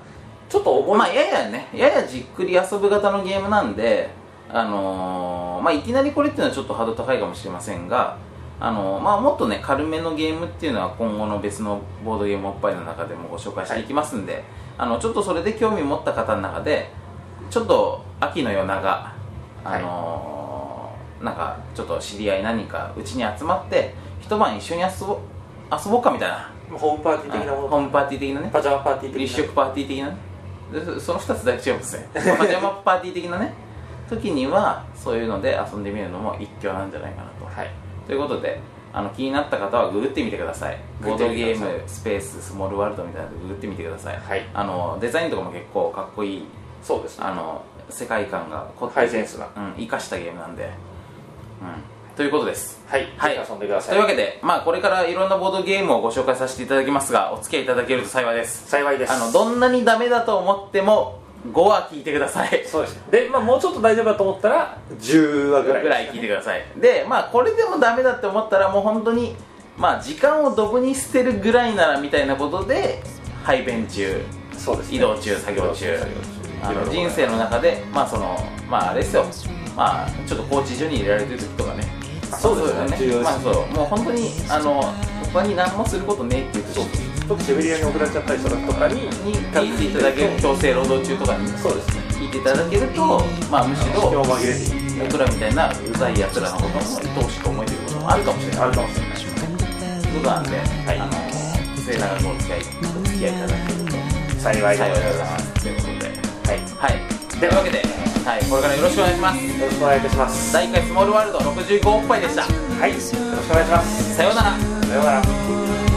ちょっと重い、
まあ、ややね、ややじっくり遊ぶ型のゲームなんで、あのーまあ、いきなりこれっていうのはちょっとハードル高いかもしれませんが、あのーまあ、もっとね、軽めのゲームっていうのは今後の別のボードゲームおっぱいの中でもご紹介していきますんで、あの、ちょっとそれで興味持った方の中で、ちょっと秋の夜長、あのーなんか、ちょっと知り合い何人かうちに集まって、一晩一緒に遊ぼ遊ぼうかみたいな
ホームパーティー的なもの
ホームパーティー的なね
パジャマパーティー的な
立食パーティー的なねでそその2つだけ違い ますねパジャマパーティー的なね時にはそういうので遊んでみるのも一興なんじゃないかなと、
はい
ということであの気になった方はググってみてください
グ
ボ
グっ
ー
て
ド
み
ゲ
てくだ
ー
さい
ムスペーススモールワールドみたいなのでググってみてください、
はい
あのデザインとかも結構かっこいい
そうですね
あの世界観が凝って
ハイセンスな
うん、生かしたゲームなんで、うん、ということです
はい、
はい
ぜひ遊んでください
というわけで、まあ、これからいろんなボードゲームをご紹介させていただきますがお付き合いいただけると幸いです
幸いです
あのどんなにダメだと思っても5は聞いてください
そうですで、まあ、もうちょっと大丈夫だと思ったら10話ぐらい
ぐらい聞いてくださいでまあこれでもダメだって思ったらもう本当にまあ時間をドブに捨てるぐらいならみたいなことで排便中
そうですね、
移動中作業中
移動作業
あ
いろ
の
いろ
人生の中でまあそのまああれですよまあちょっと拘置所に入れられてる時とかね
そうですね重要です
まあそうもう本当にあの他に何もすることねえっていう時
そうちょっとシベリアに送られちゃったりした時とかに
に聞いていただける強制労働中とかに
そうですね
聞いていただけるとまあむしろ
気を紛れて
僕らみたいなうざいやつらのことも愛おしく思えてることもあるかもしれない
あるかもしれない
ということなんで、
い
あの末永くお付き合いお付き合いいただけると
幸いで
幸いでご
ご
ざ
ざ
い
い
ま
ます
すということで
はい
はいというわけで、はい、これからよろしくお願いします
よろしくお願いいたします
第1回スモールワールド65おっぱいでした
はいよろしくお願いします
さようなら
さような
「
ら
心の中にある」